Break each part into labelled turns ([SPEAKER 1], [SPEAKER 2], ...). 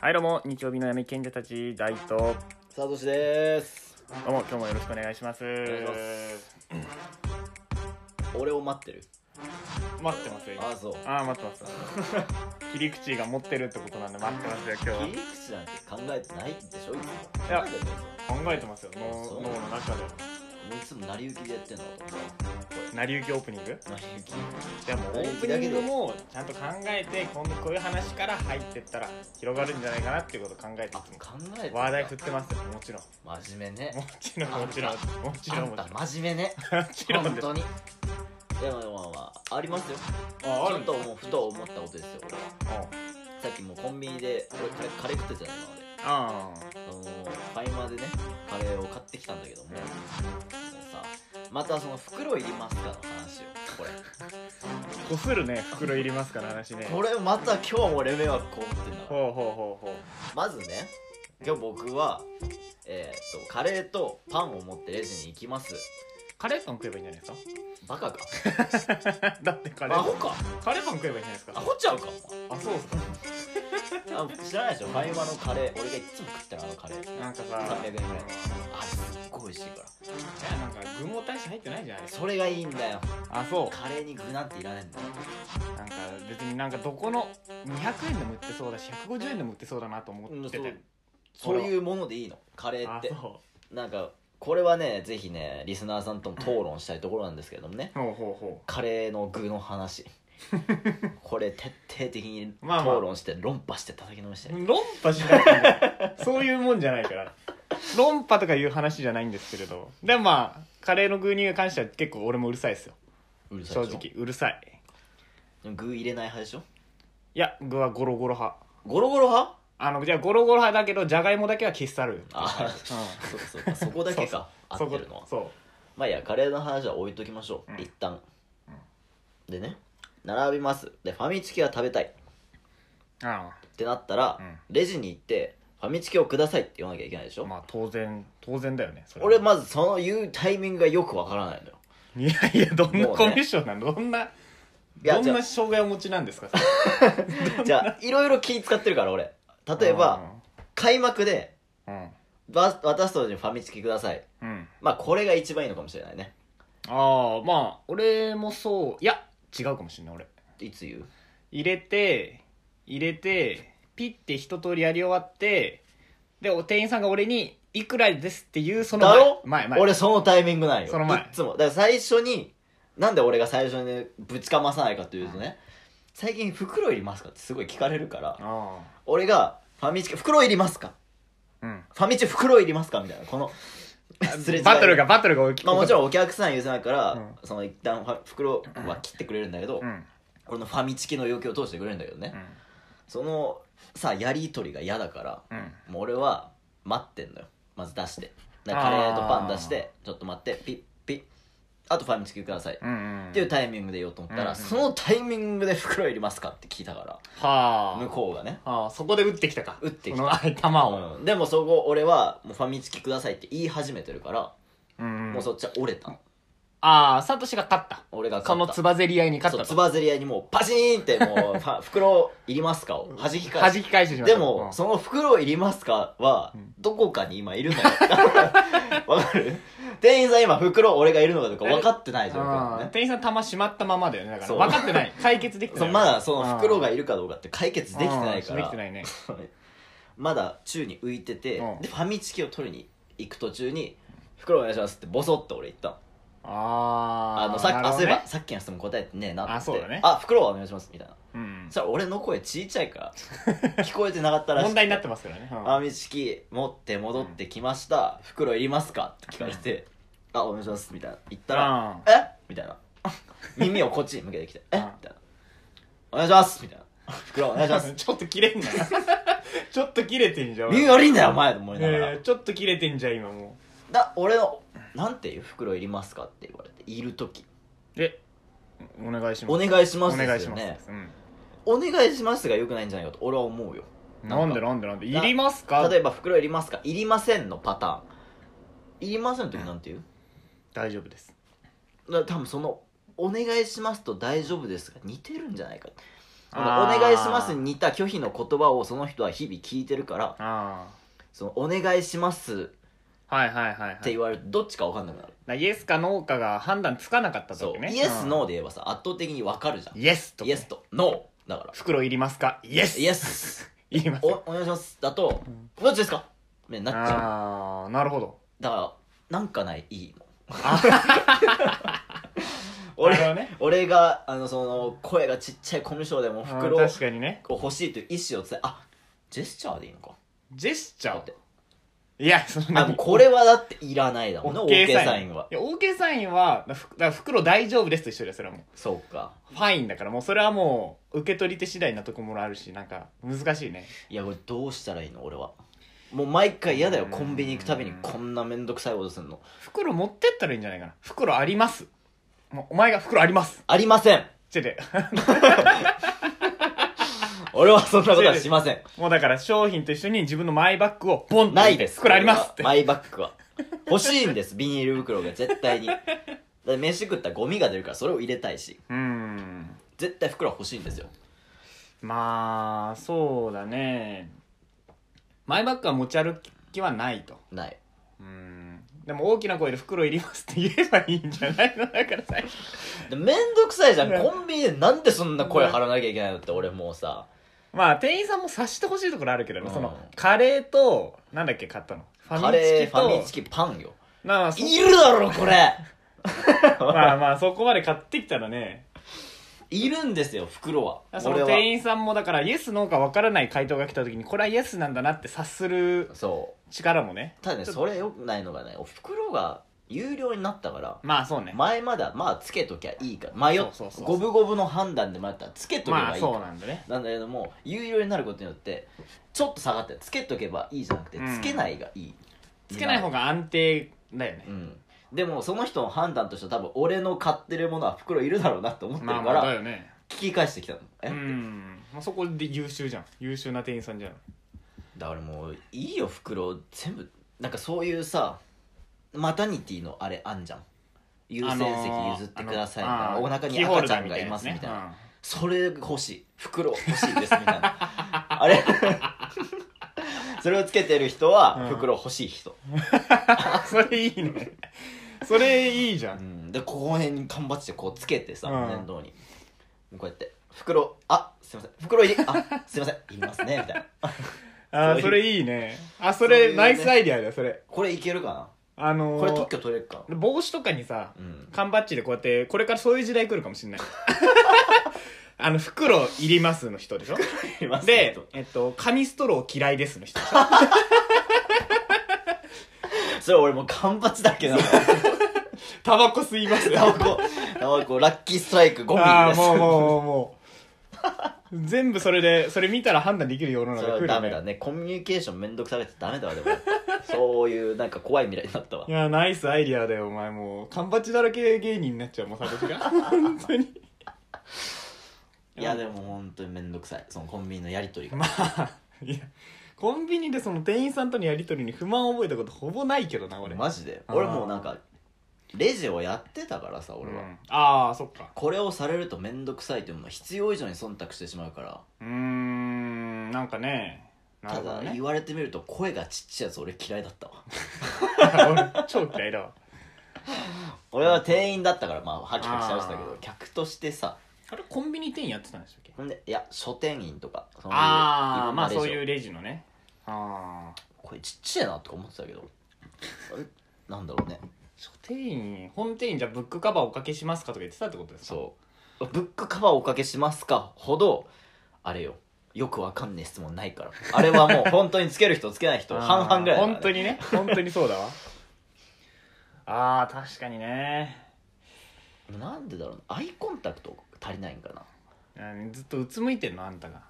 [SPEAKER 1] はいどうも日曜日の闇賢者たち大とど
[SPEAKER 2] サトシです
[SPEAKER 1] うも今日もよろしくお願いします
[SPEAKER 2] 願いしま俺を待ってる
[SPEAKER 1] 待ってますよ今
[SPEAKER 2] あそう
[SPEAKER 1] ああ待ってます 切り口が持ってるってことなんで待ってますよ今
[SPEAKER 2] 切
[SPEAKER 1] 日
[SPEAKER 2] り口なんて考えてないでしょいつも
[SPEAKER 1] いや
[SPEAKER 2] 考えて
[SPEAKER 1] は
[SPEAKER 2] ない
[SPEAKER 1] 考えてますよ脳
[SPEAKER 2] そう
[SPEAKER 1] 脳の中で
[SPEAKER 2] もういつも成り行きでやってんのと思
[SPEAKER 1] 成り行きオープニング
[SPEAKER 2] 成り行き
[SPEAKER 1] でもうオ
[SPEAKER 2] 成り
[SPEAKER 1] ー
[SPEAKER 2] 行
[SPEAKER 1] プ
[SPEAKER 2] き
[SPEAKER 1] ニ
[SPEAKER 2] だけ
[SPEAKER 1] ン
[SPEAKER 2] で
[SPEAKER 1] グもちゃんと考えてこんこういう話から入ってったら広がるんじゃないかなっていうことを考えてい
[SPEAKER 2] あ
[SPEAKER 1] つも
[SPEAKER 2] 考えてんだ
[SPEAKER 1] 話題振ってますよもちろん
[SPEAKER 2] 真面目ね
[SPEAKER 1] もちろんもちろんもち
[SPEAKER 2] あ
[SPEAKER 1] ろん
[SPEAKER 2] ん
[SPEAKER 1] もちろん
[SPEAKER 2] た真面目ね
[SPEAKER 1] もちろん
[SPEAKER 2] 本
[SPEAKER 1] です
[SPEAKER 2] 当にでもまあまあありますよ
[SPEAKER 1] あ
[SPEAKER 2] ち
[SPEAKER 1] あ
[SPEAKER 2] ょ
[SPEAKER 1] る
[SPEAKER 2] っ
[SPEAKER 1] んだ
[SPEAKER 2] ともうふと思ったことですよ俺は
[SPEAKER 1] うん
[SPEAKER 2] さっきもうコンビニで俺カレーカレー食ってたじゃないの
[SPEAKER 1] ああ
[SPEAKER 2] あのーファイマーでねカレーを買ってきたんだけどももうさまたその袋いりますかの話よこれ
[SPEAKER 1] こするね袋いりますから話ね
[SPEAKER 2] これまた今日も俺迷惑こうってんだから
[SPEAKER 1] ほうほうほうほ
[SPEAKER 2] まずね今日僕はえー、っとカレーとパンを持ってレジに行きます
[SPEAKER 1] うカレーパン食えばいいんじゃないです
[SPEAKER 2] バカか
[SPEAKER 1] か だってカレ
[SPEAKER 2] アホ
[SPEAKER 1] ー
[SPEAKER 2] か
[SPEAKER 1] カレーパン食えばいいんじゃないです
[SPEAKER 2] ア
[SPEAKER 1] か
[SPEAKER 2] ホちゃうか
[SPEAKER 1] あそうっすか
[SPEAKER 2] お前あ知らないでしょファイマーのカレー俺がいつも食ってるあのカレー
[SPEAKER 1] なんかさ
[SPEAKER 2] 300円ぐらい
[SPEAKER 1] うん
[SPEAKER 2] あれすっごい美味しいから
[SPEAKER 1] じゃあなんか具も大して入ってないじゃないですか
[SPEAKER 2] それがいいんだよ
[SPEAKER 1] あそ
[SPEAKER 2] カレーに具なんていらないんだよ
[SPEAKER 1] うなんか別になんかどこの200円でも売ってそうだし150円でも売ってそうだなと思
[SPEAKER 2] うん
[SPEAKER 1] って
[SPEAKER 2] そう
[SPEAKER 1] て
[SPEAKER 2] そういうものでいいのカレー
[SPEAKER 1] あ
[SPEAKER 2] って
[SPEAKER 1] そ
[SPEAKER 2] なんかこれはねぜひねリスナーさんとも討論したいところなんですけどもね
[SPEAKER 1] うほうほうほ
[SPEAKER 2] カレーの具の話 これ徹底的に
[SPEAKER 1] まあまあ
[SPEAKER 2] 討論して論破して叩きのめして、
[SPEAKER 1] う論破しないからそういうもんじゃないから論破とかいう話じゃないんですけれどでもまあカレーの具に関しては結構俺もうるさいですよ
[SPEAKER 2] うるさい
[SPEAKER 1] 正
[SPEAKER 2] でしょ
[SPEAKER 1] 直うるさい
[SPEAKER 2] でも具入れない派でしょ
[SPEAKER 1] いや具はゴロゴロ派
[SPEAKER 2] ゴロゴロ派
[SPEAKER 1] あのじゃあゴロゴロ派だけどじゃがいもだけは消し去る
[SPEAKER 2] あそうそうかそこだけか
[SPEAKER 1] うん
[SPEAKER 2] 合ってるの
[SPEAKER 1] そこ
[SPEAKER 2] は
[SPEAKER 1] そ
[SPEAKER 2] まあいいやカレーの話は置いときましょう、
[SPEAKER 1] うん
[SPEAKER 2] 一旦、でね並びますでファミチキが食べたいっ
[SPEAKER 1] うあ
[SPEAKER 2] てなったら、
[SPEAKER 1] うん
[SPEAKER 2] レジに行ってファミチキをくださいって言わなきゃいけないでし
[SPEAKER 1] あ
[SPEAKER 2] ょ、
[SPEAKER 1] まあ当然当然だよねそれは
[SPEAKER 2] 俺まずその言うタイミングがよくわからないのよ
[SPEAKER 1] いやいやどんな
[SPEAKER 2] もうね
[SPEAKER 1] コミュ障なの、どんない
[SPEAKER 2] や
[SPEAKER 1] どん
[SPEAKER 2] じゃ
[SPEAKER 1] な
[SPEAKER 2] あ
[SPEAKER 1] 障害をお持ちなんですか
[SPEAKER 2] じゃあいろいろ気使ってるから俺例えば開幕で
[SPEAKER 1] うん
[SPEAKER 2] バ私たちにファミチキください
[SPEAKER 1] うん、うん、
[SPEAKER 2] まあこれが一番いいのかもしれないね
[SPEAKER 1] ああまあ俺もそういや違うかもしれない俺
[SPEAKER 2] いつ言う
[SPEAKER 1] 入れて入れてピッて一通りやり終わってでお店員さんが俺に「いくらです」っていうその
[SPEAKER 2] だろ
[SPEAKER 1] 前前前
[SPEAKER 2] 俺そのタイミングなんよ
[SPEAKER 1] その前
[SPEAKER 2] いっつもだから最初になんで俺が最初にぶちかまさないかというとね、最近袋いりますかってすごい聞かれるから
[SPEAKER 1] あ
[SPEAKER 2] 俺がファミチキ袋いりますか
[SPEAKER 1] あうん
[SPEAKER 2] ファミチキ袋いりますかみたいなこのすれ違い
[SPEAKER 1] バトルがバトルが大き
[SPEAKER 2] まあもちろ
[SPEAKER 1] ん
[SPEAKER 2] んお客さん譲らないから、
[SPEAKER 1] うん
[SPEAKER 2] その一旦ファ袋は切ってくれるんだけど、
[SPEAKER 1] うん
[SPEAKER 2] 俺のファミチキの要求を通してくれるんだけどね、そのさやり取りが嫌だから
[SPEAKER 1] うんうん
[SPEAKER 2] もう俺は待ってんのよまず出してだからカレーとパン出してちょっと待ってピッピッあとファミチキください、
[SPEAKER 1] うんうん
[SPEAKER 2] っていうタイミングで言おうと思ったら、
[SPEAKER 1] うん
[SPEAKER 2] そのタイミングで袋いりますかって聞いたか
[SPEAKER 1] は
[SPEAKER 2] ら
[SPEAKER 1] あ
[SPEAKER 2] 向こうがね、
[SPEAKER 1] はあそこで打ってきたか
[SPEAKER 2] 打ってきた
[SPEAKER 1] このあ球を
[SPEAKER 2] うんでもそこ俺はもうファミチキくださいって言い始めてるから、
[SPEAKER 1] うん
[SPEAKER 2] もうそっちは折れたの
[SPEAKER 1] ああサトシが勝った
[SPEAKER 2] 俺が
[SPEAKER 1] そのつばぜり合いに勝
[SPEAKER 2] そ
[SPEAKER 1] っ
[SPEAKER 2] う
[SPEAKER 1] た
[SPEAKER 2] つ
[SPEAKER 1] と
[SPEAKER 2] ばぜり合いにもうパチ ーンってもうファ袋いりますかを弾き返
[SPEAKER 1] 弾
[SPEAKER 2] し
[SPEAKER 1] き返してしまった
[SPEAKER 2] でも、その袋いりますかは、どこかに今いるのよ。 わかる店員さん今袋俺がいるのかとか分かってない状況なの
[SPEAKER 1] うん
[SPEAKER 2] ね。
[SPEAKER 1] 店員さん球しまったままだよねだから
[SPEAKER 2] そう
[SPEAKER 1] 分かって ない解決できて
[SPEAKER 2] そ
[SPEAKER 1] な
[SPEAKER 2] う
[SPEAKER 1] い
[SPEAKER 2] まだその袋がいるかどうかって解決できてないか
[SPEAKER 1] うんでき
[SPEAKER 2] ら
[SPEAKER 1] て、ないね
[SPEAKER 2] まだ宙に浮いてて、
[SPEAKER 1] うん
[SPEAKER 2] で、ファミチキを取りに行く途中に、袋お願いしますってボソッと俺言ったの。
[SPEAKER 1] ああ
[SPEAKER 2] あの、さっき、あ、そういえ
[SPEAKER 1] なる
[SPEAKER 2] ば、さっきの質問答えてねえなって。
[SPEAKER 1] あそうだね
[SPEAKER 2] あ、袋はお願いします、みたいな。
[SPEAKER 1] ほどねうん
[SPEAKER 2] そしたら俺の声ちいちゃ いから、聞こえてなかったらし
[SPEAKER 1] 問
[SPEAKER 2] く
[SPEAKER 1] 題になってますからねうん
[SPEAKER 2] ファミチキ持って戻ってきました、袋いりますかって聞かれて「あお願いします」みたいな言ったら「
[SPEAKER 1] う
[SPEAKER 2] えみたいな 耳をこっちに向けてきて「え
[SPEAKER 1] う
[SPEAKER 2] み
[SPEAKER 1] ん
[SPEAKER 2] たいな「お願いします」みたいな「袋お願いし ます
[SPEAKER 1] ちょっと切れんなちょっと切れてんじゃん」
[SPEAKER 2] 耳悪いんだよお前と思いながら、
[SPEAKER 1] えーちょっと切れてんじゃん今も
[SPEAKER 2] だ俺の「なんていう袋いりますか?」って言われて「いる時
[SPEAKER 1] うえお願いします
[SPEAKER 2] お願いしま
[SPEAKER 1] お
[SPEAKER 2] す」で
[SPEAKER 1] 願い
[SPEAKER 2] す
[SPEAKER 1] し
[SPEAKER 2] よ
[SPEAKER 1] ます
[SPEAKER 2] ね
[SPEAKER 1] うん
[SPEAKER 2] 「お願いします」が良くないんじゃないかと俺は思うよ
[SPEAKER 1] なんでなんでなんでいりますか
[SPEAKER 2] 例えば「袋いりますか?」「いりません」のパターン「いりません」の時なんて言う、
[SPEAKER 1] 大丈夫です
[SPEAKER 2] だから多分その「お願いします」と「大丈夫です」が似てるんじゃないかなんかお願いしますに似た拒否の言葉をその人は日々聞いてるから
[SPEAKER 1] あ
[SPEAKER 2] そのお願いします
[SPEAKER 1] あはいはいはい、はい、
[SPEAKER 2] って言われるとどっちか分かんなくなる、
[SPEAKER 1] なイエスかノーかが判断つかなかった
[SPEAKER 2] そ
[SPEAKER 1] 時
[SPEAKER 2] う
[SPEAKER 1] ね
[SPEAKER 2] イエスノー
[SPEAKER 1] ー
[SPEAKER 2] で言えばさ圧倒的に分かるじゃん
[SPEAKER 1] イエスとか
[SPEAKER 2] イエスとノーだから
[SPEAKER 1] 袋いりますかイエス
[SPEAKER 2] イ エス
[SPEAKER 1] いります
[SPEAKER 2] おお願いしますだとどっちですかねなっちゃう
[SPEAKER 1] ああなるほど
[SPEAKER 2] だからなんかないいいの
[SPEAKER 1] あ
[SPEAKER 2] 俺
[SPEAKER 1] なるほどね
[SPEAKER 2] 俺があのその声がちっちゃいコミュ障でも
[SPEAKER 1] あ
[SPEAKER 2] 袋を
[SPEAKER 1] ー確かにね
[SPEAKER 2] 欲しいという意思を伝えあジェスチャーでいいのか
[SPEAKER 1] ジェスチャ
[SPEAKER 2] だ
[SPEAKER 1] ー
[SPEAKER 2] って
[SPEAKER 1] いやその
[SPEAKER 2] あもうこれはだっていらないだもんね OK サインはい
[SPEAKER 1] や OK サインはだふだから袋大丈夫ですと一緒ですそれはもう
[SPEAKER 2] そうか
[SPEAKER 1] ファインだからもうそれはもう受け取り手次第なとこもあるしなんか難しいね
[SPEAKER 2] いやこれどうしたらいいの俺はもう毎回嫌だよ
[SPEAKER 1] うん
[SPEAKER 2] コンビニ行くたびにこんな面倒くさいことすんの
[SPEAKER 1] 袋持ってったらいいんじゃないかな袋ありますもうお前が袋あります
[SPEAKER 2] ありません
[SPEAKER 1] ちょいで
[SPEAKER 2] 俺はそんなことはしません
[SPEAKER 1] もうだから商品と一緒に自分のマイバッグをボンと置て
[SPEAKER 2] ないです
[SPEAKER 1] 袋ありますって
[SPEAKER 2] マイバッグは欲しいんですビニール袋が絶対にだから飯食ったらゴミが出るからそれを入れたいし
[SPEAKER 1] うーん
[SPEAKER 2] 絶対袋は欲しいんですよ
[SPEAKER 1] まあそうだねマイバッグは持ち歩き気はないと
[SPEAKER 2] ないう
[SPEAKER 1] ーんでも大きな声で袋いりますって言えばいいんじゃないのだから最初
[SPEAKER 2] でめんどくさいじゃん
[SPEAKER 1] ね
[SPEAKER 2] コンビニでなんでそんな声張らなきゃいけないのって俺もうさ
[SPEAKER 1] まあ店員さんも察してほしいところあるけどね、
[SPEAKER 2] うん
[SPEAKER 1] そのカレーとなんだっけ買ったのフ
[SPEAKER 2] カレーファミチ
[SPEAKER 1] キ
[SPEAKER 2] キパンよ
[SPEAKER 1] とまあそ
[SPEAKER 2] いるだろこれ
[SPEAKER 1] まあまあそこまで買ってきたらね
[SPEAKER 2] いるんですよ袋は
[SPEAKER 1] そ
[SPEAKER 2] 俺
[SPEAKER 1] の
[SPEAKER 2] は
[SPEAKER 1] 店員さんもだからイエスノーかわからない回答が来た時にこれはイエスなんだなって察する
[SPEAKER 2] そう
[SPEAKER 1] 力もね
[SPEAKER 2] ただねそれよくないのがねお袋が有料になったから
[SPEAKER 1] まあそうね
[SPEAKER 2] 前まではまあつけときゃいいから迷っ
[SPEAKER 1] そうそうそう
[SPEAKER 2] 五分五分の判断で迷ったらつけとけばいい
[SPEAKER 1] まあ
[SPEAKER 2] から
[SPEAKER 1] そうなんだね
[SPEAKER 2] なんだけども有料になることによってちょっと下がってつけとけばいいじゃなくて
[SPEAKER 1] うん
[SPEAKER 2] つけないがいい
[SPEAKER 1] つけない方が安定だよね
[SPEAKER 2] うん、でもその人の判断としては多分俺の買ってるものは袋いるだろうなと思ってる
[SPEAKER 1] ま
[SPEAKER 2] か
[SPEAKER 1] あまあだ
[SPEAKER 2] ら
[SPEAKER 1] よね
[SPEAKER 2] 聞き返してきたの、
[SPEAKER 1] う
[SPEAKER 2] え
[SPEAKER 1] ん、まあ、そこで優秀じゃん優秀な店員さんじゃん
[SPEAKER 2] だからもういいよ袋全部なんかそういうさマタニティのあれあんじゃん優先席譲ってくださいみたいな、
[SPEAKER 1] あのー
[SPEAKER 2] お腹に
[SPEAKER 1] キーホ
[SPEAKER 2] 赤
[SPEAKER 1] ル
[SPEAKER 2] ち
[SPEAKER 1] ダ
[SPEAKER 2] ゃ
[SPEAKER 1] ー
[SPEAKER 2] んがいますみたいな
[SPEAKER 1] やつねうん
[SPEAKER 2] それ欲しい袋欲しいですみたいな あれそれをつけてる人は
[SPEAKER 1] うん
[SPEAKER 2] 袋欲しい人、
[SPEAKER 1] あそれいいねそれいいじゃ
[SPEAKER 2] うんん、でここら辺に缶バッジでこうつけてさ
[SPEAKER 1] うん
[SPEAKER 2] 面倒に、こうやって袋あすいません袋入りあすいませんいりますねみたいな
[SPEAKER 1] あー
[SPEAKER 2] そ
[SPEAKER 1] そう
[SPEAKER 2] いう
[SPEAKER 1] れいいねあそ
[SPEAKER 2] そういう
[SPEAKER 1] れ
[SPEAKER 2] ね
[SPEAKER 1] ナイスアイデアだよそれ
[SPEAKER 2] これいけるかな
[SPEAKER 1] あのー
[SPEAKER 2] これ特許取れるかな
[SPEAKER 1] 帽子とかにさ
[SPEAKER 2] うん
[SPEAKER 1] 缶バッジでこうやってこれからそういう時代来るかもしん ないあの袋いりますの人でしょ
[SPEAKER 2] いりますね
[SPEAKER 1] で
[SPEAKER 2] と、
[SPEAKER 1] えっと、紙ストロー嫌いですの人でしょ
[SPEAKER 2] それ俺もう缶バッジだっけな
[SPEAKER 1] タバコ吸います
[SPEAKER 2] タバコタバコラッキーストライク5ミ
[SPEAKER 1] あ
[SPEAKER 2] リ
[SPEAKER 1] あ
[SPEAKER 2] です
[SPEAKER 1] もうもうもうもう全部それでそれ見たら判断できる世の
[SPEAKER 2] そ
[SPEAKER 1] 中
[SPEAKER 2] れ
[SPEAKER 1] 来
[SPEAKER 2] は
[SPEAKER 1] る
[SPEAKER 2] ダメだ
[SPEAKER 1] ね
[SPEAKER 2] ねコミュニケーションめんどくさがってダメだわでもそういうなんか怖い未来になったわ
[SPEAKER 1] いやナイスアイディアだよお前もう缶バッジだらけ芸人になっちゃうもうサト シが本当に
[SPEAKER 2] いやでも本当にめんどくさいそのコンビニのやり取りが
[SPEAKER 1] まあいやコンビニでその店員さんとのやり取りに不満を覚えたことほぼないけどな俺
[SPEAKER 2] マジで
[SPEAKER 1] あー
[SPEAKER 2] 俺もうなんかレジをやってたからさ俺は、
[SPEAKER 1] うんああそっか
[SPEAKER 2] これをされるとめんどくさいというのは必要以上に忖度してしまうから、
[SPEAKER 1] うーんなんかねなる
[SPEAKER 2] た
[SPEAKER 1] ほどね
[SPEAKER 2] だ言われてみると声がちっちゃいやつ俺嫌いだったわ
[SPEAKER 1] 俺 超嫌いだわ
[SPEAKER 2] 俺は店員だったからまあハキハキしゃべってたけ
[SPEAKER 1] あ
[SPEAKER 2] ど
[SPEAKER 1] ー
[SPEAKER 2] 客としてさ
[SPEAKER 1] あれコンビニ店員やってたんでしたっけ
[SPEAKER 2] ほんでいや書店員とかそい
[SPEAKER 1] あ
[SPEAKER 2] ろ
[SPEAKER 1] あ
[SPEAKER 2] ん
[SPEAKER 1] まあ
[SPEAKER 2] なレジを
[SPEAKER 1] そういうレジのねああ
[SPEAKER 2] 声ちっちゃいなとか思ってたけどえなんだろうね
[SPEAKER 1] 書店員本店員じゃあブックカバーおかけしますかとか言ってたってことですか
[SPEAKER 2] そうブックカバーおかけしますかほどあれよよくわかんねえ質問ないからあれはもう本当につける人つけない人
[SPEAKER 1] あー
[SPEAKER 2] 半々ぐらいだからね
[SPEAKER 1] 本当にね本当にそうだわ あー確かにね
[SPEAKER 2] なんでだろうなアイコンタクト足りないんかな、
[SPEAKER 1] うんずっとうつむいてんのあんたが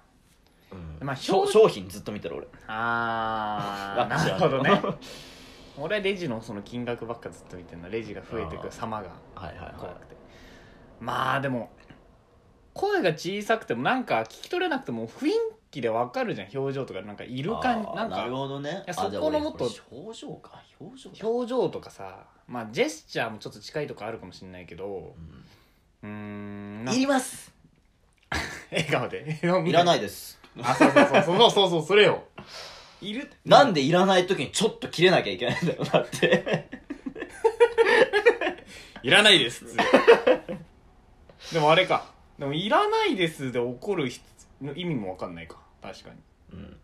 [SPEAKER 2] うん
[SPEAKER 1] まあ
[SPEAKER 2] 商商品ずっと見てる俺
[SPEAKER 1] あ ー
[SPEAKER 2] わか
[SPEAKER 1] な
[SPEAKER 2] っち
[SPEAKER 1] る
[SPEAKER 2] ゃ
[SPEAKER 1] ほ
[SPEAKER 2] う
[SPEAKER 1] ど
[SPEAKER 2] の
[SPEAKER 1] ね俺はレジのその金額ばっかずっと見てるのレジが増えてく様が
[SPEAKER 2] はいはい
[SPEAKER 1] 怖
[SPEAKER 2] は
[SPEAKER 1] くてまあでも声が小さくてもなんか聞き取れなくても雰囲気でわかるじゃん表情とかなんかい
[SPEAKER 2] い
[SPEAKER 1] る感
[SPEAKER 2] あ
[SPEAKER 1] じ
[SPEAKER 2] ー
[SPEAKER 1] なん
[SPEAKER 2] なる
[SPEAKER 1] か
[SPEAKER 2] ほどね
[SPEAKER 1] いや
[SPEAKER 2] あ
[SPEAKER 1] そこ
[SPEAKER 2] じゃあ俺
[SPEAKER 1] のもっと
[SPEAKER 2] これ表情か表情だ
[SPEAKER 1] 表情とかさまあジェスチャーもちょっと近いとこあるかもしれないけどうー
[SPEAKER 2] う
[SPEAKER 1] ん
[SPEAKER 2] ん
[SPEAKER 1] なん
[SPEAKER 2] い
[SPEAKER 1] か
[SPEAKER 2] ります
[SPEAKER 1] 笑顔で飲み
[SPEAKER 2] いらないいです。
[SPEAKER 1] あそうそうそうそうそうそうそれよいる
[SPEAKER 2] なんでいらない時にちょっと切れなきゃいけないんだよ、だって。
[SPEAKER 1] いらないですっつって でもあれかでもいらないですで怒る必の意味も分かんないか確かに
[SPEAKER 2] うん。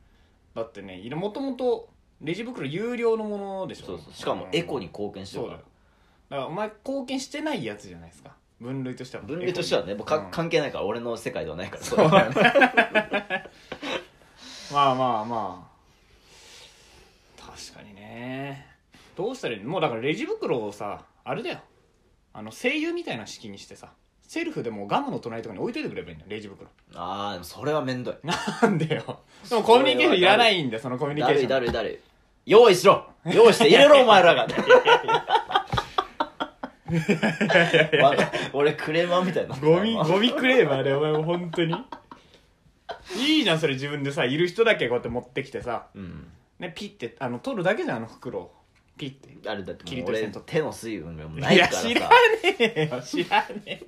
[SPEAKER 1] だってねいらもともとレジ袋有料のものでしょ
[SPEAKER 2] そうそう。しかもエコに貢献して
[SPEAKER 1] そうだ
[SPEAKER 2] るか
[SPEAKER 1] よ
[SPEAKER 2] ら。
[SPEAKER 1] だからお前貢献してないやつじゃないですか分類としては
[SPEAKER 2] 分類としてはね、もうか、
[SPEAKER 1] うん
[SPEAKER 2] 関係ないから、俺の世界ではないから。
[SPEAKER 1] そうだよねまあまあまあ確かにねどうしたらいいのもうだからレジ袋をさあれだよあの声優みたいな式にしてさセルフでもうガムの隣とかに置いといてくればいいんだよレジ袋
[SPEAKER 2] あー、でもそれはめんどい。
[SPEAKER 1] なんでよでもコミュニケーションいらないんだよそのコミュニケ
[SPEAKER 2] だ
[SPEAKER 1] ーシ
[SPEAKER 2] る
[SPEAKER 1] ョ
[SPEAKER 2] い
[SPEAKER 1] ン
[SPEAKER 2] だるいだるい。用意しろ用意して入れろ、お前らがわ俺、クレーマーみたいになってる
[SPEAKER 1] ゴミゴミクレーマーだよお前も本当にいいじゃんそれ自分でさいる人だけこうやって持ってきてさ、
[SPEAKER 2] うん。
[SPEAKER 1] ね、ピッてあの取るだけじゃんあの袋をピッて
[SPEAKER 2] あれだって
[SPEAKER 1] 切り
[SPEAKER 2] もう
[SPEAKER 1] 取り
[SPEAKER 2] 俺
[SPEAKER 1] 線取
[SPEAKER 2] 手の水分がもうないからさ
[SPEAKER 1] いや知らねえよ知らねえ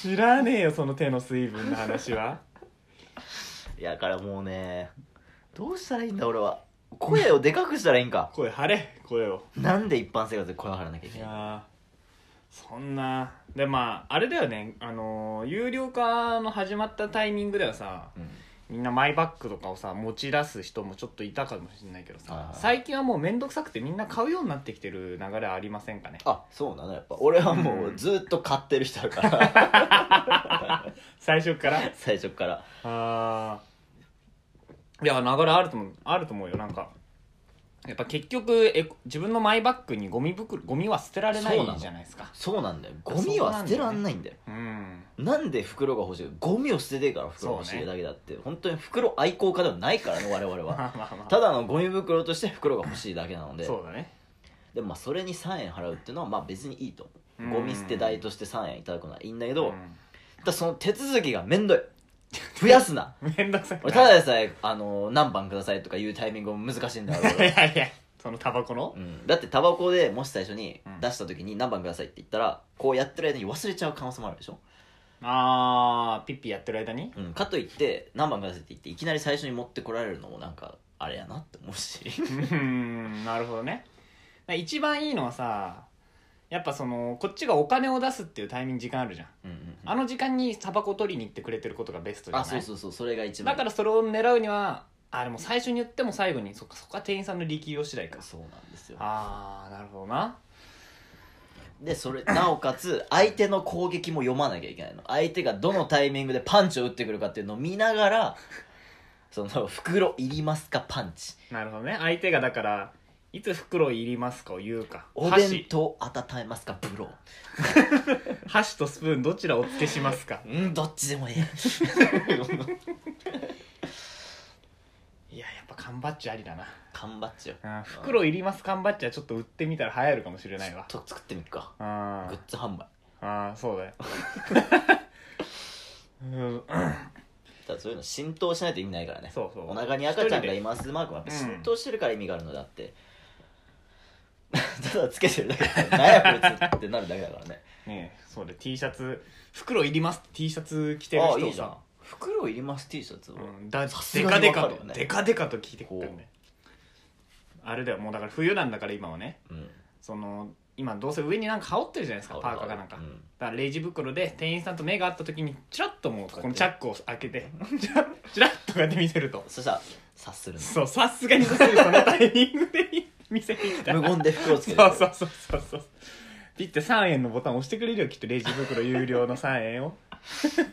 [SPEAKER 1] 知らねえよその手の水分の話はい
[SPEAKER 2] やだからもうねどうしたらいいんだ俺は声をでかくしたらいいんか
[SPEAKER 1] 声張れ声を
[SPEAKER 2] なんで一般生活で声を張らなきゃい
[SPEAKER 1] い
[SPEAKER 2] けない
[SPEAKER 1] やーそんなでまああれだよねあのー有料化の始まったタイミングではさ
[SPEAKER 2] うん
[SPEAKER 1] みんなマイバッグとかをさ持ち出す人もちょっといたかもしれないけど
[SPEAKER 2] はい
[SPEAKER 1] さ
[SPEAKER 2] はい
[SPEAKER 1] 最近はもう面倒くさくてみんな買うようになってきてる流れありませんかね
[SPEAKER 2] あそうなのやっぱ俺はもうずっと買ってる人だから
[SPEAKER 1] 最初から
[SPEAKER 2] 最初から
[SPEAKER 1] あーいや流れあると思うあると思うよなんかやっぱ結局エコ自分のマイバッグにゴミ袋ゴミは捨てられな
[SPEAKER 2] そうなの
[SPEAKER 1] いじゃないですか
[SPEAKER 2] そうなんだよゴミは捨てらんないんだよ
[SPEAKER 1] うん
[SPEAKER 2] なんで袋が欲しいゴミを捨ててから袋が欲しいだけだって、本当に袋愛好家ではないからね我々
[SPEAKER 1] ま
[SPEAKER 2] は
[SPEAKER 1] あまあまあ
[SPEAKER 2] ただのゴミ袋として袋が欲しいだけなので
[SPEAKER 1] そうだね
[SPEAKER 2] でもまあそれに3円払うっていうのはまあ別にいいと
[SPEAKER 1] うん
[SPEAKER 2] 思うゴミ捨て代として3円いただくのはいいんだけど、
[SPEAKER 1] ん
[SPEAKER 2] ただその手続きがめんどい 増やすな
[SPEAKER 1] めんどくさく
[SPEAKER 2] 俺
[SPEAKER 1] ない
[SPEAKER 2] ただでさえあの何番くださいとか言うタイミングも難しいんだろう
[SPEAKER 1] いやいやそのタバコの
[SPEAKER 2] うん、だってタバコでもし最初に
[SPEAKER 1] うん
[SPEAKER 2] 出した時に何番くださいって言ったらこうやってる間に忘れちゃう可能性もあるでしょ、
[SPEAKER 1] あーピッピやってる間に
[SPEAKER 2] うん、かといって何番くださいって言っていきなり最初に持ってこられるのもなんかあれやなって思うし
[SPEAKER 1] うんなるほどね一番いいのはさやっぱそのこっちがお金を出すっていうタイミング時間あるじゃん
[SPEAKER 2] うんうんうん
[SPEAKER 1] あの時間にタバコ取りに行ってくれてることがベストじゃ
[SPEAKER 2] あ
[SPEAKER 1] ない
[SPEAKER 2] そうそうそうそれが一番
[SPEAKER 1] だからそれを狙うにはあでも最初に言っても最後にそっかそこは店員さんの力量次第か
[SPEAKER 2] そうなんですよ
[SPEAKER 1] ああなるほどな
[SPEAKER 2] でそれなおかつ相手の攻撃も読まなきゃいけないの相手がどのタイミングでパンチを打ってくるかっていうのを見なが らその袋いりますかパンチ
[SPEAKER 1] なるほどね相手がだからいつ袋いりますかを言うか
[SPEAKER 2] お弁
[SPEAKER 1] 箸
[SPEAKER 2] 当温めますかブロ
[SPEAKER 1] 箸とスプーンどちらお付けしますか
[SPEAKER 2] ーうんどっちでも いい
[SPEAKER 1] いややっぱ缶バッジありだな
[SPEAKER 2] 缶バッジよ
[SPEAKER 1] あー袋いります缶バッジはちょっと売ってみたら流行るかもしれないわ
[SPEAKER 2] ちょっと作ってみるか
[SPEAKER 1] あ
[SPEAKER 2] グッズ販売
[SPEAKER 1] ーあーそうだようん
[SPEAKER 2] ただそういうの浸透しないと意味ないからね
[SPEAKER 1] そうそう
[SPEAKER 2] お腹に赤ちゃんがいますマークもやっぱ浸透してるから意味があるのであって、 ただつけてるだけだから何やこいつってなるだけだからね
[SPEAKER 1] ねえそうで T シャツ袋いります T シャツ着てる人
[SPEAKER 2] あ
[SPEAKER 1] をさ
[SPEAKER 2] いいじゃん袋いります T シャツを、
[SPEAKER 1] うん、だ
[SPEAKER 2] さす
[SPEAKER 1] で
[SPEAKER 2] が
[SPEAKER 1] か
[SPEAKER 2] に
[SPEAKER 1] で
[SPEAKER 2] わか
[SPEAKER 1] か
[SPEAKER 2] るよ
[SPEAKER 1] と、
[SPEAKER 2] ね
[SPEAKER 1] でかでかと聞いてくるねあれだよもうだから冬なんだから今はね
[SPEAKER 2] うん
[SPEAKER 1] その今どうせ上になんか羽織ってるじゃないですかパーカーかなんか、
[SPEAKER 2] うん
[SPEAKER 1] だからレジ袋で店員さんと目が合った時にチラッともうここのチャックを開けてチラッチラッとこうやって見せると
[SPEAKER 2] そしたら察する
[SPEAKER 1] そうさすがにさすがにそのタイミングで見せていた
[SPEAKER 2] の無言で袋をつ
[SPEAKER 1] そう
[SPEAKER 2] けてる
[SPEAKER 1] そうそうそうそうピッて3円のボタン押してくれるよきっとレジ袋有料の3円を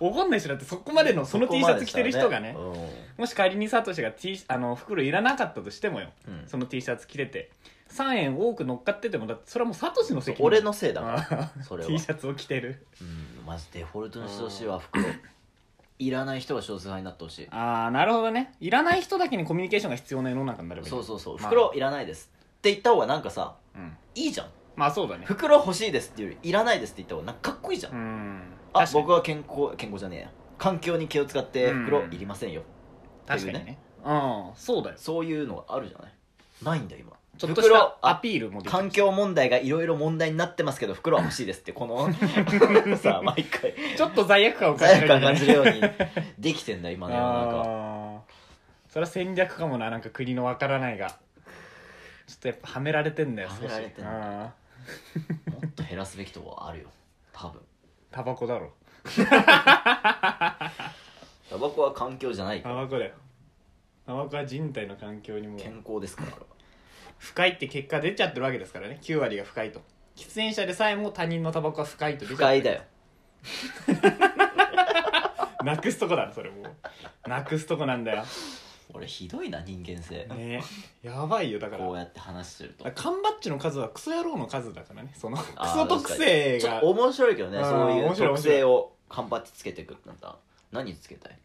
[SPEAKER 1] 怒んないしだってそこまでのその T シャツ着てる人がね
[SPEAKER 2] そこまでしたら
[SPEAKER 1] もし仮にサトシが、T、あの袋いらなかったとしてもよ、
[SPEAKER 2] うん
[SPEAKER 1] その T シャツ着てて3円多く乗っかっててもだってそれはもうサトシの
[SPEAKER 2] そう
[SPEAKER 1] 責任
[SPEAKER 2] 俺のせいだか
[SPEAKER 1] あ
[SPEAKER 2] ら
[SPEAKER 1] ー
[SPEAKER 2] それは
[SPEAKER 1] T シャツを着てる
[SPEAKER 2] うんマジデフォルトにしてほしいわ袋いらない人が少数派になってほしい
[SPEAKER 1] ああなるほどねいらない人だけにコミュニケーションが必要な世の中になればいい
[SPEAKER 2] そうそうそう
[SPEAKER 1] まあ
[SPEAKER 2] 袋いらないですって言った方がなんかさ
[SPEAKER 1] うん
[SPEAKER 2] いいじゃん
[SPEAKER 1] まあそうだね
[SPEAKER 2] 袋欲しいですっていうよりいらないですって言った方がなんかかっこいいじゃん
[SPEAKER 1] うん
[SPEAKER 2] あ
[SPEAKER 1] 確かに
[SPEAKER 2] 僕は健康健康じゃねえや環境に気を使って
[SPEAKER 1] うん
[SPEAKER 2] 袋いりませんよ
[SPEAKER 1] 確かにねうんそうだよ
[SPEAKER 2] そういうのがあるじゃないないんだよ今
[SPEAKER 1] ちょっとした
[SPEAKER 2] 袋あ
[SPEAKER 1] アピールもできる
[SPEAKER 2] 環境問題がいろいろ問題になってますけど袋は欲しいですってこ のさあ毎回
[SPEAKER 1] ちょっと罪悪感を感じ
[SPEAKER 2] 罪
[SPEAKER 1] る
[SPEAKER 2] 悪感感じるようにできてんだ今の世の中は
[SPEAKER 1] あーそれは戦略かもななんか国のわからないがちょっとやっぱはめられてんだよ
[SPEAKER 2] はめられてんだ
[SPEAKER 1] あ
[SPEAKER 2] もっと減らすべきとこあるよ多分
[SPEAKER 1] ータバコだろ
[SPEAKER 2] タバコは環境じゃない
[SPEAKER 1] タバコだよタバコは人体の環境にもう
[SPEAKER 2] 健康ですからあれは
[SPEAKER 1] 不快って結果出ちゃってるわけですからね9割が不快と喫煙者でさえも他人のタバコは不快と出
[SPEAKER 2] 不
[SPEAKER 1] ちゃって
[SPEAKER 2] 快
[SPEAKER 1] る
[SPEAKER 2] だよ
[SPEAKER 1] なくすとこだろそれもうなくすとこなんだよ
[SPEAKER 2] 俺ひどいな人間性
[SPEAKER 1] ねやばいよだから
[SPEAKER 2] こうやって話してると
[SPEAKER 1] 缶バッジの数はクソ野郎の数だからねそのク
[SPEAKER 2] あー
[SPEAKER 1] ソ特性が
[SPEAKER 2] 確かにちょっと面白いけどね
[SPEAKER 1] うん
[SPEAKER 2] そうい
[SPEAKER 1] 面
[SPEAKER 2] う
[SPEAKER 1] 白い
[SPEAKER 2] 特性を頑張ってつけてくってなったら何つけたい、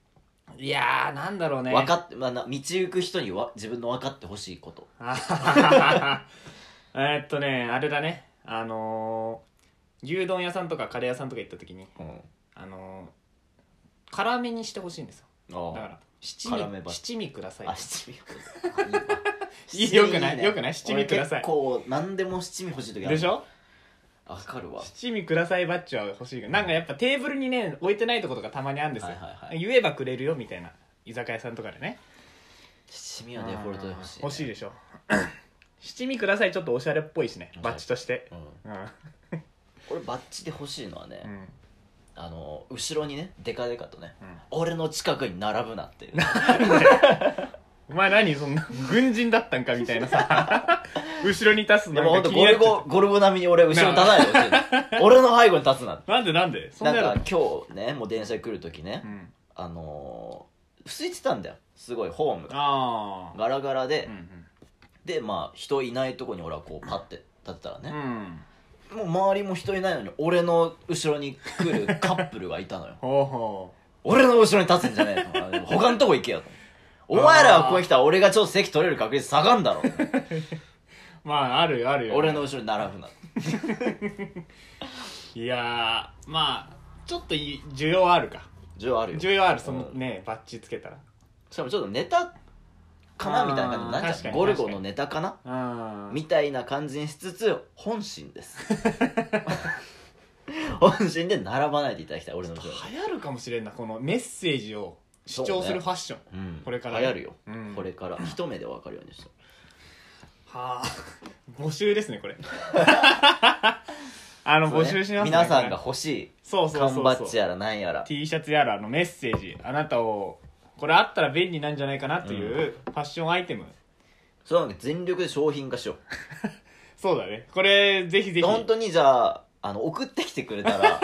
[SPEAKER 1] いやーなんだろうね
[SPEAKER 2] 分かって、まあ、な道行く人にわ自分の分かってほしいこと
[SPEAKER 1] あははは えーっとねあれだねあのー、牛丼屋さんとかカレー屋さんとか行った時に
[SPEAKER 2] うん
[SPEAKER 1] あのー、辛めにしてほしいんですよだか
[SPEAKER 2] あ
[SPEAKER 1] ら七
[SPEAKER 2] 辛め
[SPEAKER 1] 味
[SPEAKER 2] ば
[SPEAKER 1] 七味ください
[SPEAKER 2] あ七味欲しいあ
[SPEAKER 1] いい
[SPEAKER 2] いいわ
[SPEAKER 1] よくない
[SPEAKER 2] ね
[SPEAKER 1] よくない七味ください
[SPEAKER 2] 俺結構何でも七味欲しい時ある
[SPEAKER 1] でしょ
[SPEAKER 2] わかるわ
[SPEAKER 1] 七味くださいバッジは欲しいけどなんかやっぱテーブルにね置いてないとことかたまにあるんですよ、
[SPEAKER 2] はいはいはい
[SPEAKER 1] 言えばくれるよみたいな居酒屋さんとかでね
[SPEAKER 2] 七味はデフォルトで欲しい、ね、
[SPEAKER 1] 欲しいでしょ 七味くださいちょっとおしゃれっぽいしね
[SPEAKER 2] おしゃれ
[SPEAKER 1] バッジとして
[SPEAKER 2] うん、
[SPEAKER 1] う
[SPEAKER 2] 俺バッチで欲しいのはね、
[SPEAKER 1] ん、うん
[SPEAKER 2] あの後ろにねデカデカとね、
[SPEAKER 1] うん
[SPEAKER 2] 俺の近くに並ぶなっていう
[SPEAKER 1] お前何そん な軍人だったんかみたいなさ 後ろに立つ
[SPEAKER 2] で
[SPEAKER 1] のな
[SPEAKER 2] もほん
[SPEAKER 1] んか気
[SPEAKER 2] とゴ
[SPEAKER 1] になっ
[SPEAKER 2] ル
[SPEAKER 1] ちゃ
[SPEAKER 2] ゴ
[SPEAKER 1] っ
[SPEAKER 2] ゴルゴ並みに俺後ろ立たないでほしいの俺の背後に立つな
[SPEAKER 1] たなんでなんでそん
[SPEAKER 2] な
[SPEAKER 1] なんや
[SPEAKER 2] か
[SPEAKER 1] だ
[SPEAKER 2] 今日ねもう電車で来る時ね、
[SPEAKER 1] うん
[SPEAKER 2] あのー、空いてたんだよすごいホームが
[SPEAKER 1] ああ
[SPEAKER 2] ガラガラで、
[SPEAKER 1] うん
[SPEAKER 2] でまあ人いないとこに俺はこうパッて立ってたら
[SPEAKER 1] うん、う
[SPEAKER 2] ね、
[SPEAKER 1] ん、
[SPEAKER 2] もう周りも人いないのに俺の後ろに来るカップルがいたのよ
[SPEAKER 1] ほうほ
[SPEAKER 2] 俺の後ろに立つんじゃねえ の他のとこ行けよとお前らがここに来たら俺がちょっと席取れる確率下がんだろ
[SPEAKER 1] うまああるよあるよ
[SPEAKER 2] 俺の後ろに並ぶない
[SPEAKER 1] やーまあちょっとい需要あるか
[SPEAKER 2] 需要あるよ
[SPEAKER 1] 需要あるそのね、バッジつけたら
[SPEAKER 2] しかもちょっとネタかなみたいな感じになっちゃ
[SPEAKER 1] あー確か
[SPEAKER 2] う
[SPEAKER 1] に
[SPEAKER 2] ゴルゴのネタかな
[SPEAKER 1] あ
[SPEAKER 2] みたいな感じにしつつ本心です 本心で並ばないでいただきたい俺の後ろに
[SPEAKER 1] 流行るかもしれんなこのメッセージを主張するファッション、
[SPEAKER 2] うん
[SPEAKER 1] これから
[SPEAKER 2] 流行るよ、
[SPEAKER 1] うん
[SPEAKER 2] これから一目で分かるようにして
[SPEAKER 1] はあ募集です ねこれあの、募集しますね
[SPEAKER 2] 皆さんが
[SPEAKER 1] こ
[SPEAKER 2] 欲
[SPEAKER 1] れ
[SPEAKER 2] し
[SPEAKER 1] そう
[SPEAKER 2] い
[SPEAKER 1] そうそう
[SPEAKER 2] 缶
[SPEAKER 1] そう
[SPEAKER 2] バッジやらなんやら
[SPEAKER 1] T シャツやらあのメッセージあなたをこれあったら便利なんじゃないかなっていうファッションアイテム、
[SPEAKER 2] そうなんか全力で商品化しよ
[SPEAKER 1] そうだねこれぜひぜ
[SPEAKER 2] う
[SPEAKER 1] ひ
[SPEAKER 2] 本当にじゃああの送ってきてくれ たら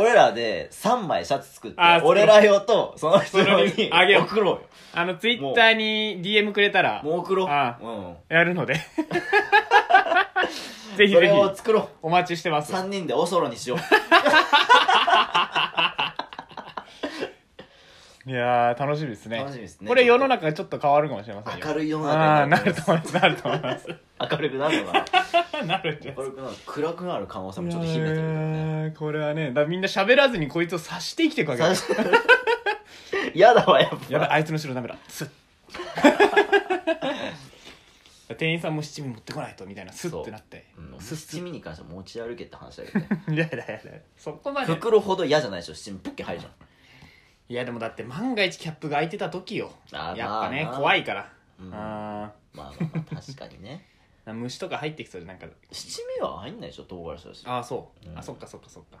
[SPEAKER 2] 俺らで3枚シャツ作って
[SPEAKER 1] あー作ろう
[SPEAKER 2] 俺ら用とその人用
[SPEAKER 1] それ
[SPEAKER 2] に
[SPEAKER 1] にあげよう
[SPEAKER 2] 送ろうよ
[SPEAKER 1] あのツイッターに DM くれたら
[SPEAKER 2] もう送ろう
[SPEAKER 1] あ
[SPEAKER 2] うん
[SPEAKER 1] やるの でぜひ
[SPEAKER 2] そ
[SPEAKER 1] ぜ
[SPEAKER 2] れを
[SPEAKER 1] ひ
[SPEAKER 2] 作ろ
[SPEAKER 1] お待ちしてま
[SPEAKER 2] う
[SPEAKER 1] す
[SPEAKER 2] 3人でおそろにしよう
[SPEAKER 1] いやー楽しみですね
[SPEAKER 2] 楽しみですね
[SPEAKER 1] これ世の中がちょっと変わるかもしれませんよ
[SPEAKER 2] 明るい世の
[SPEAKER 1] ああ
[SPEAKER 2] 中に
[SPEAKER 1] な
[SPEAKER 2] なる
[SPEAKER 1] ると思いますなると思います
[SPEAKER 2] 明るくなるのかな
[SPEAKER 1] なるんじゃない
[SPEAKER 2] 明るくなる暗くなる可能性もちょっと秘めてるけどね
[SPEAKER 1] いやーこれはねだからみんな喋らずにこいつを察して生きていくわけだよ
[SPEAKER 2] 最初やだわやっぱ
[SPEAKER 1] やばいあいつの後ろダメだ スッ店員さんも七味持ってこないとみたいなスッってなって
[SPEAKER 2] うん
[SPEAKER 1] スッス
[SPEAKER 2] 七味に関しては持ち歩けって話だけどね
[SPEAKER 1] ッいやだやだそこまで
[SPEAKER 2] 袋ほど嫌じゃないでしょ七味ポッケ入るじ
[SPEAKER 1] いやでもだって万が一キャップが開いてた時よ
[SPEAKER 2] あ
[SPEAKER 1] や
[SPEAKER 2] ー
[SPEAKER 1] っぱね
[SPEAKER 2] まあな
[SPEAKER 1] 怖いから
[SPEAKER 2] うん
[SPEAKER 1] あ
[SPEAKER 2] ゃんまあまあまあ確かにね
[SPEAKER 1] ー虫とか入ってきそうでなんか
[SPEAKER 2] 七味は入んないでしょ唐辛子だし
[SPEAKER 1] ああそう、
[SPEAKER 2] うん
[SPEAKER 1] あそっかそっかそっか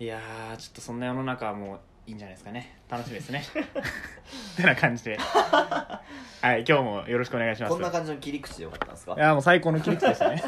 [SPEAKER 1] いやーちょっとそんな世の中はもういいんじゃないですかね楽しみですねってな感じではい今日もよろしくお願いします
[SPEAKER 2] こんな感じの切り口でよかったんですか
[SPEAKER 1] いやもう最高の切り口でしたね